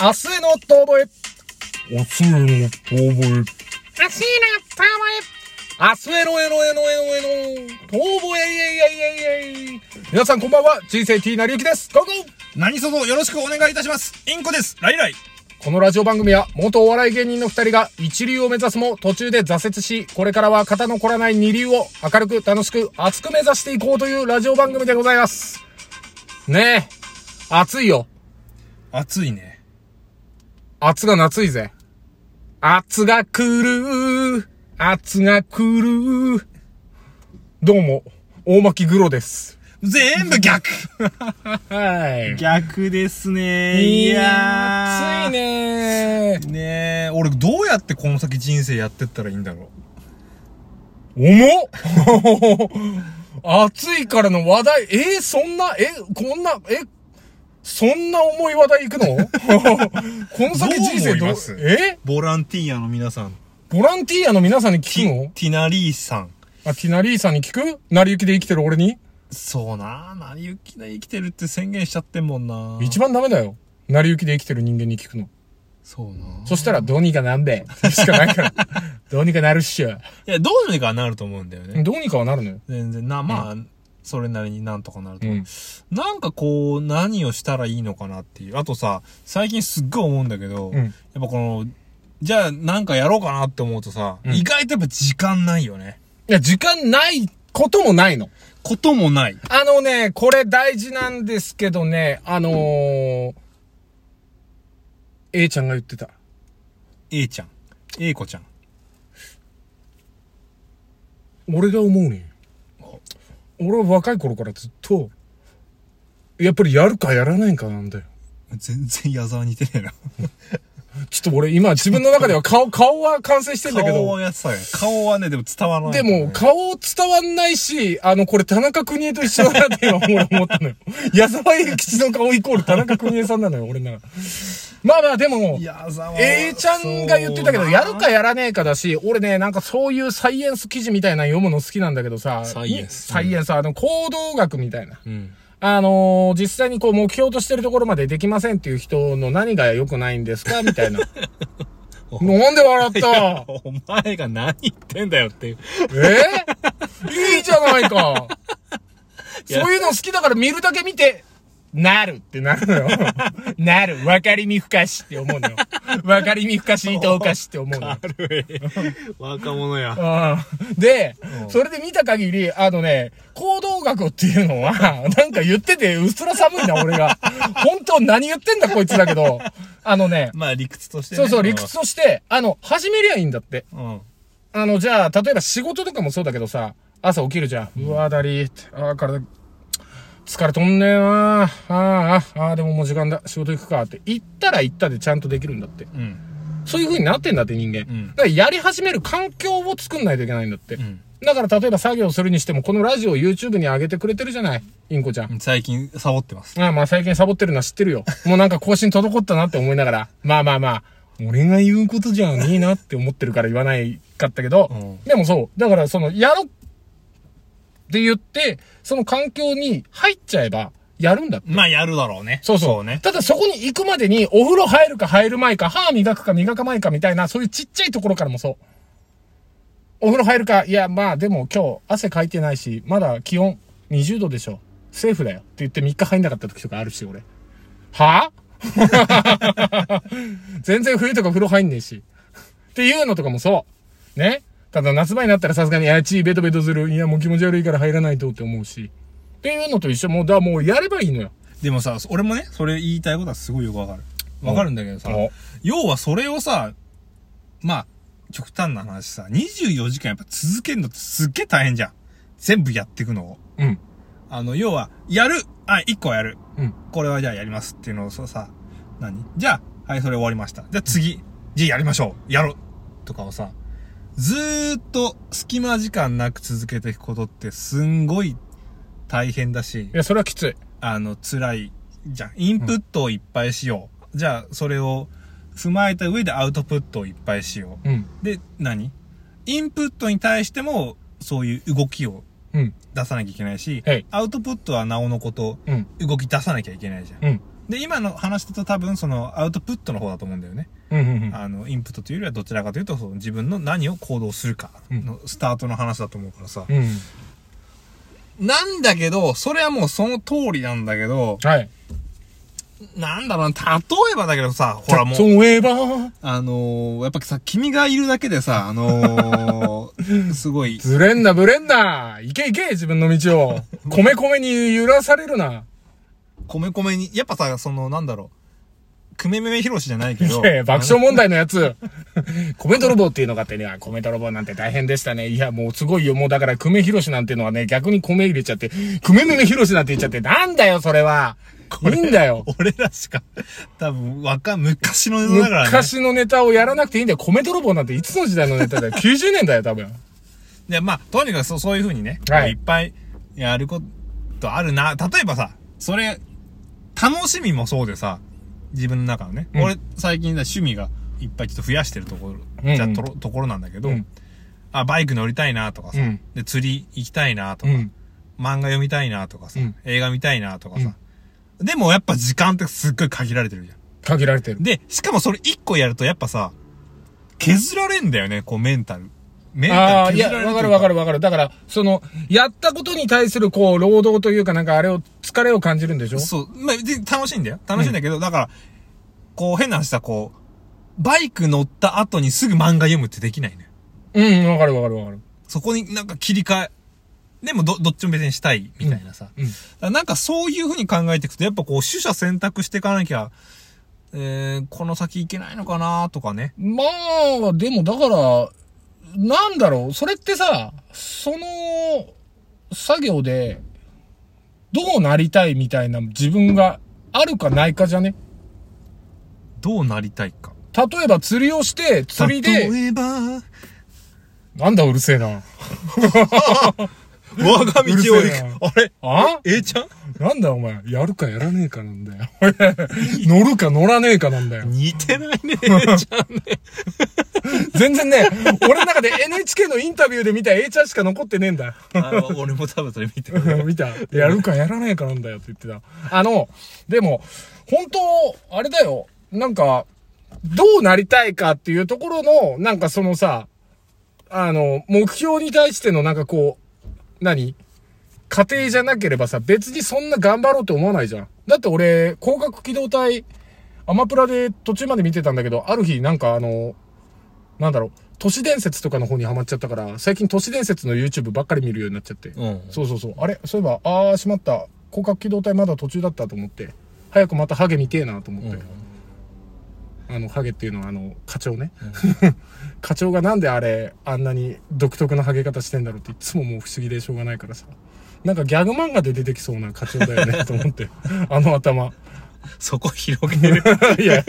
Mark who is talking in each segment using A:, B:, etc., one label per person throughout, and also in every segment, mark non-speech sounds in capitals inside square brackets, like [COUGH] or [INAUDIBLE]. A: 明日への遠吠え。
B: おつゆの
A: 明
B: 遠吠
A: 日への遠吠え。明日へのえのえのえのえの。遠吠えいえいえいえいえい。皆さんこんばんは。人生 T なりゆきです。ゴーゴー
B: 何卒よろしくお願いいたします。インコです。ライライ。
A: このラジオ番組は元お笑い芸人の二人が一流を目指すも途中で挫折し、これからは肩の凝らない二流を明るく楽しく熱く目指していこうというラジオ番組でございます。ねえ、暑いよ。
B: 暑いね。
A: 暑が夏いぜ。暑が来る、暑が来る。どうも、大巻グロです。
B: 全部逆
A: はい。
B: [LAUGHS] 逆ですね
A: 暑い。ね
B: ねえ、俺どうやってこの先人生やってったらいいんだろ
A: 重っ [LAUGHS] 暑いからの話題、えーそんな、え、こんな、え、そんな重い話題いくの [LAUGHS] この先人生
B: どう思います
A: え
B: う。ボランティアの皆さん。
A: ボランティアの皆さんに聞くの
B: ティナリーさん。
A: あ、ティナリーさんに聞く成り行きで生きてる俺に
B: そうなぁ、なりゆきな生きてるって宣言しちゃってんもんな
A: 一番ダメだよ。成り行きで生きてる人間に聞くの。
B: そうなぁ。
A: そしたら、どうにかなんで。しかないから。どうにかなるっしょ。
B: いや、どうにかなると思うんだよね。
A: どうにかはなるのよ。
B: 全然。な、まあ、それなりになんとかなると
A: う
B: 思
A: ん。
B: う。なんかこう、何をしたらいいのかなっていう。あとさ、最近すっごい思うんだけど、
A: うん
B: やっぱこの、じゃあなんかやろうかなって思うとさ、
A: うん
B: 意外とやっぱ時間ないよね。
A: いや、時間ないこともないの。
B: こともない。
A: あのね、これ大事なんですけどね、あのー、A ちゃんが言ってた。
B: A ちゃん。A 子ちゃん。
A: 俺が思うね。俺は若い頃からずっと、やっぱりやるかやらないかなんだよ。
B: 全然矢沢似てねえな。
A: ちょっと俺今自分の中では顔、顔は完成してんだけ
B: 顔
A: ど
B: は。やってたよ。顔はね、でも伝わらな
A: で
B: いからね、
A: も、顔伝わんないし、あの、これ田中邦衛と一緒だなって今俺思ったのよ。矢沢永吉の顔イコール田中邦衛さんなのよ、俺なら。まあまあ、でも、
B: 矢沢は
A: A ちゃんが言ってたけ
B: そ
A: ど、
B: うな
A: やるかやらねえかだし、俺ね、なんかそういうサイエンス記事みたいなの読むの好きなんだけどさ、
B: サイエンス
A: いサイエンス、あの、行動学みたいな。
B: うん。
A: あのー実際にこう目標としてるところまでできませんっていう人の何が良くないんですかみたい
B: [LAUGHS]
A: な。なんで笑った
B: お前が何言ってんだよっていう。
A: えいいじゃないか。そういうの好きだから見るだけ見て、なるってなるのよ。なる。わかりみふかしって思うのよ。わかりみふかし、伊藤かしって思うのよ。
B: 悪い。若者や。
A: うんで、それで見た限り、あのね、行動学っていうのは、なんか言ってて、うっすら寒いな、俺が。本当何言ってんだ、こいつだけど。あのね、
B: まあ理屈として、ね。
A: そうそう、理屈。として、あの、始めりゃいいんだって。
B: うん。
A: あの、じゃあ、例えば仕事とかもそうだけどさ、朝起きるじゃん。うわ、だりーって、あー、体、疲れとんねえなあーあー、あーでももう時間だ、仕事行くかって。行ったら行ったでちゃんとできるんだって。
B: うん。
A: そういう風になってんだって、人間。
B: うん
A: だから、やり始める環境を作んないといけないんだって。
B: ん
A: だから、例えば作業するにしても、このラジオを YouTube に上げてくれてるじゃない、インコちゃん。
B: 最近、サボってます。
A: ああまあ最近サボってるのは知ってる
B: [LAUGHS]
A: よ。もうなんか更新滞ったなって思いながら。まあまあまあ、俺が言うことじゃねえなって思ってるから言わないかったけど、
B: うん
A: でもそう。だからその、やろって言って、その環境に入っちゃえば、やるんだって。
B: まあ、やるだろうね。
A: そうそう。
B: ね。
A: ただそこに行くまでに、お風呂入るか入る前か、歯磨くか磨かないかみたいな、そういうちっちゃいところからもそう。お風呂入るか、いや、まあでも今日汗かいてないし、まだ気温20度でしょ。セーフだよ。って言って3日入んなかった時とかあるし、俺。はぁ [LAUGHS] 全然冬とか風呂入んねえし。っていうのとかもそう。ね。ただ夏場になったらさすがに、いや、ちいベトベトする。いや、もう気持ち悪いから入らないとって思うし。っていうのと一緒。もう、だからもうやればいいのよ。
B: でもさ、俺もね、それ言いたいことはすごいよくわかる。わかるんだけどさ
A: お、
B: 要はそれをさ、まあ、極端な話さ、24時間やっぱ続けるのってすっげえ大変じゃん。全部やっていくのを。
A: うん。
B: あの、要は、やるあ、1個はやる。
A: うん。
B: これはじゃあやりますっていうのをさ、さ何じゃあ、はい、それ終わりました。じゃあ次、じゃあやりましょうやろうとかをさ、ずーっと隙間時間なく続けていくことってすんごい大変だし
A: い、や、それはきつい。
B: あの、辛いじゃん。インプットをいっぱいしよう。じゃあ、それを踏まえた上でアウトプットをいっぱいしよ
A: うん。
B: う。で、何インプットに対しても、そういう動きを
A: うん。
B: 出さなきゃいけないし
A: はい、
B: アウトプットはなおのこと、
A: うん。
B: 動き出さなきゃいけないじゃん。
A: うん。
B: で、今の話だと多分そのアウトプットの方だと思うんだよね。
A: うんうんうん。
B: あの、インプットというよりはどちらかというと、その自分の何を行動するかのスタートの話だと思うからさ。
A: うん。
B: なんだけど、それはもうその通りなんだけど、
A: はい。
B: なんだろうな、例えばだけどさ、ほらもう、
A: 例えば、
B: あのー、やっぱさ、君がいるだけでさ、あの
A: [LAUGHS]
B: ー、すごい、
A: ずれんな、ぶれんな。いけいけ、自分の道 [LAUGHS] を。米米に揺らされるな。
B: 米米に、やっぱさ、その、なんだろう、くめめめひろしじゃないけ
A: い
B: ど、
A: や爆笑問題のやつ。 [LAUGHS] 米泥棒っていうのがあってね、あ米泥棒なんて大変でしたね。いや、もうすごいよ。もうだから、久米広しなんてのはね、逆に米入れちゃって、久米米広しなんて言っちゃって、なんだよ、それは。いいんだよ。
B: 俺らしか、多分、わかん、昔の世だからね。
A: 昔のネタをやらなくていいんだよ。米泥棒なんていつの時代のネタだよ。90年だ [LAUGHS] よ、多分。
B: で、まあ、とにかくそうそういう風にね、
A: はい
B: い、っぱいやることあるな。例えばさ、それ、楽しみもそうでさ、自分の中のね、
A: うん
B: 俺、最近だ趣味がいっぱいちょっと増やしてるところ、
A: うんうん
B: じゃとろところなんだけど、
A: うん
B: あ、バイク乗りたいなとかさ、
A: うん
B: で、釣り行きたいなと
A: う
B: か、
A: ん。
B: 漫画読みたいなとかさ、
A: うん
B: 映画見たいなとかさ、でもやっぱ時間ってすっごい限られてるじゃん。
A: 限られてる。
B: で、しかもそれ一個やるとやっぱさ、削られんだよね、こうメンタル。メン
A: あ
B: タ
A: あ、
B: ル
A: い
B: 削
A: や、
B: られると
A: わか
B: う
A: るわか
B: る。
A: るわかる。だから、その、やったことに対する、こう、労働というかなんか、あれを、疲れを感じるんでしょ
B: そう。まあ、で楽しいんだよ。楽しいんだけど、だから、こう変な話さ、こう、バイク乗った後にすぐ漫画読むってできないのよ。
A: うん、わかるわかるわかる。
B: そこになんか切り替え。でもど、どっちも別にしたい、みたいなさ。
A: うん。
B: だからなんかそういうふうに考えていくと、やっぱこう、取捨選択していかなきゃ、えー、この先いけないのかなとかね。
A: まあ、でもだから、なんだろう、それってさ、その、作業で、どうなりたいみたいな自分があるかないかじゃね
B: どうなりたいか。
A: 例えば釣りをして、釣りで、
B: 例えば、 [LAUGHS] 我
A: なんだうるせえな。う
B: が道を行
A: るせえな
B: く。あれ
A: あ
B: えいちゃん
A: なんだお前、やるかやらねえかなんだよ。乗るか乗らねえかなんだよ。
B: 似てないね、えいちゃんね。
A: 全然ね、俺の中で NHK のインタビューで見た A ちゃんしか残ってねえんだ。
B: [LAUGHS] あの、俺も多分それ見て
A: [LAUGHS]
B: る。
A: 見たやるかやらないかなんだよって言ってた。あの、でも、本当、あれだよ。なんか、どうなりたいかっていうところの、なんかそのさ、あの、目標に対してのなんかこう、何家庭じゃなければさ、別にそんな頑張ろうって思わないじゃん。だって俺、広角機動隊、アマプラで途中まで見てたんだけど、ある日なんかあの、なんだろう、都市伝説とかの方にハマっちゃったから、最近都市伝説の YouTube ばっかり見るようになっちゃって。
B: うん。
A: そうそうそう。あれそういえば、ああ、しまった。広角機動隊まだ途中だったと思って。早くまたハゲ見てえなと思って。あの、ハゲっていうのは、あの、課長ね。 [LAUGHS] 課長がなんであれ、あんなに独特なハゲ方してんだろうっていつももう不思議でしょうがないからさ。なんかギャグ漫画で出てきそうな課長だよね、と思って。あの頭。
B: そこ広げる。
A: [LAUGHS] いや、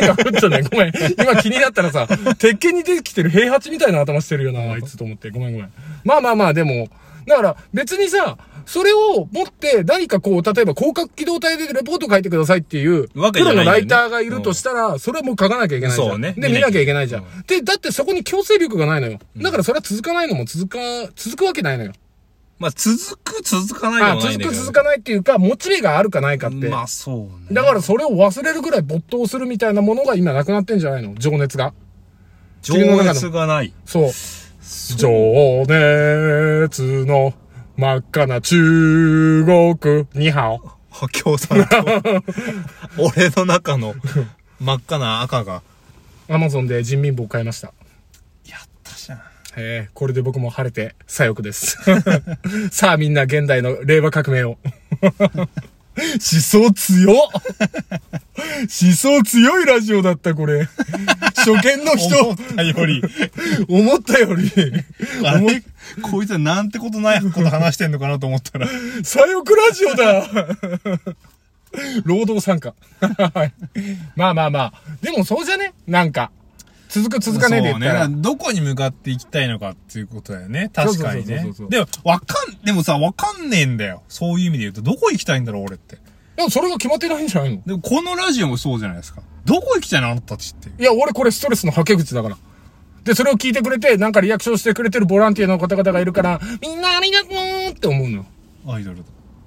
A: なんかふっとね、ごめん。今気になったらさ、鉄拳に出てきてる平八みたいな頭してるよな、あいつと思って。ごめんごめん。まあまあまあ、でも、だから別にさ、それを持って何かこう、例えば広角機動隊でレポート書いてくださいっていう、
B: わけ
A: プ
B: じ
A: ロの
B: ゃないんだよね
A: ライターがいるとしたら、それはもう書かなきゃいけないじゃん。
B: そうね
A: で、
B: 見
A: 見
B: なきゃ
A: なきゃいけないじゃん
B: う。
A: で、だってそこに強制力がないのよ。だからそれは続かないのも続か、続くわけないのよ。
B: まあ、続く、続かない
A: あ
B: のはない
A: 続
B: んだけど
A: く続かないっていうか、モチベがあるかないかって。
B: まあ、そうね。
A: だからそれを忘れるぐらい没頭するみたいなものが今なくなってんじゃないの情熱が。
B: 情熱がない。
A: そう。情熱の真っ赤な中国にハオ。
B: 破境さんと、俺の中の真っ赤な赤が、
A: アマゾンで人民棒買いました。
B: やったじゃん。
A: えー、これで僕も晴れて左翼です。 [LAUGHS] さあみんな現代の令和革命を。思想強っ思想強いラジオだった、こ [LAUGHS] れ。初見の人、
B: 人より、
A: 思ったより。
B: あれこいつはなんてことないこと話してんのかなと思ったら、
A: 左翼ラジオだ労働参加。 [LAUGHS] はいまあまあまあ。でもそうじゃねなんか。続く続かねえで言
B: そう
A: っ
B: ね。
A: た。
B: だかららどこに向かっていきたいのかっていうことだよね。確か
A: そうそうそ
B: に
A: うそ
B: ね
A: うそう。
B: でも、わかん、でもさ、わかんねえんだよ。そういう意味で言うと、どこ行きたいんだろう、俺って。
A: でもそれが決まってないんじゃないの
B: でも、このラジオもそうじゃないですか。どこ行きたいの、あなたたちっていう。
A: いや、俺これストレスの吐け口だから。で、それを聞いてくれて、なんかリアクションしてくれてるボランティアの方々がいるから、みんなありがとうって思うのよ。
B: アイドルと。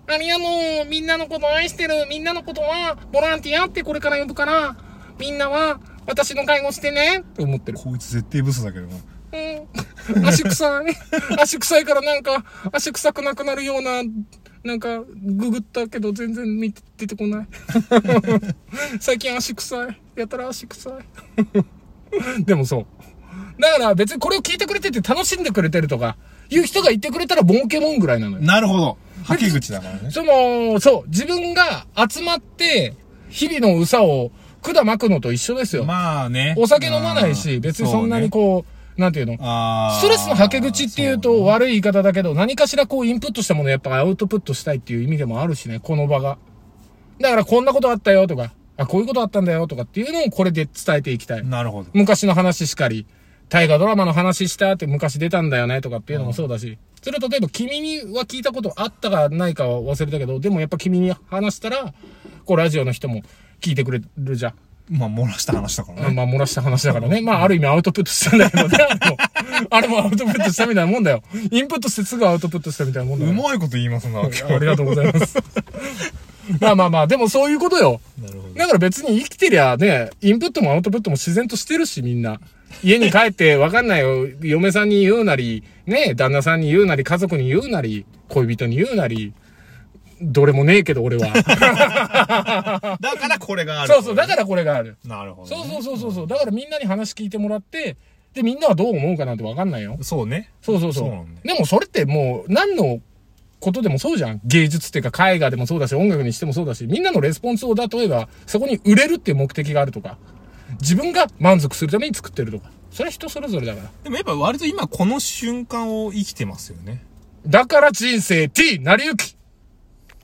A: あありがとう。みんなのこと愛してる。みんなのことは、ボランティアってこれから呼ぶから、みんなは、私の介護してね。って思ってる。
B: こいつ絶対ブスだけどな。
A: うん。 [LAUGHS] 足臭い。足臭いからなんか、足臭くなくなるような、なんか、ググったけど全然見て出てこない。 [LAUGHS] 最近足臭い。やたら足臭い。 [LAUGHS] でもそう。だから別にこれを聞いてくれてて楽しんでくれてるとか、いう人がいてくれたらボンケモンぐらいなのよ。
B: なるほど。はけ口だからね。
A: その、そう、自分が集まって、日々のうさを管巻くのと一緒ですよ。
B: まあね。
A: お酒飲まないし、別にそんなにこう、なんていうの
B: うね、あー
A: ストレスの吐け口っていう
B: そ。
A: と悪い言い方だけど、何かしらこうインプットしたものをやっぱアウトプットしたいっていう意味でもあるしね、この場が。だからこんなことあったよとか、あ、こういうことあったんだよとかっていうのをこれで伝えていきたいう
B: なるほど。
A: 昔の話しかり、大河ドラマの話したって昔出たんだよねとかっていうのもそうだし、それ例えば君には聞いたことあったかないかは忘れたけど、でもやっぱ君に話したら、こうラジオの人も聞いてくれるじゃん。
B: まあ、漏らした話だからね。
A: まあ、漏らした話だからね。まあ、ある意味アウトプットしたんだけどね。あれもあれもアウトプットしたみたいなもんだよ。インプットしてすぐアウトプットしたみたいなもんだ
B: う
A: よ。
B: まいこと言いますな、今日。
A: ありがとうございます。まあまあまあ、でもそういうことよ。
B: なるほど。
A: だから別に生きてりゃね、インプットもアウトプットも自然としてるし、みんな。家に帰ってわかんないよ。嫁さんに言うなり、ね、旦那さんに言うなり、家族に言うなり、恋人に言うなり、どれもねえけど
B: [LAUGHS]
A: 俺は。
B: だからこれがある。
A: そうそう、だからこれがある。
B: なるほど
A: そ
B: ね。
A: うそうそうそうそう。だからみんなに話聞いてもらって、で、みんなはどう思うかなんてわかんないよ。
B: そうね。
A: そうそうそう。
B: そうなんだ
A: でもそれってもう、何のことでもそうじゃん。芸術っていうか、絵画でもそうだし、音楽にしてもそうだし、みんなのレスポンスを、例えば、そこに売れるっていう目的があるとか、自分が満足するために作ってるとか、それは人それぞれだから。
B: でもやっぱ割と今この瞬間を生きてますよね。
A: だから人生 T なりゆき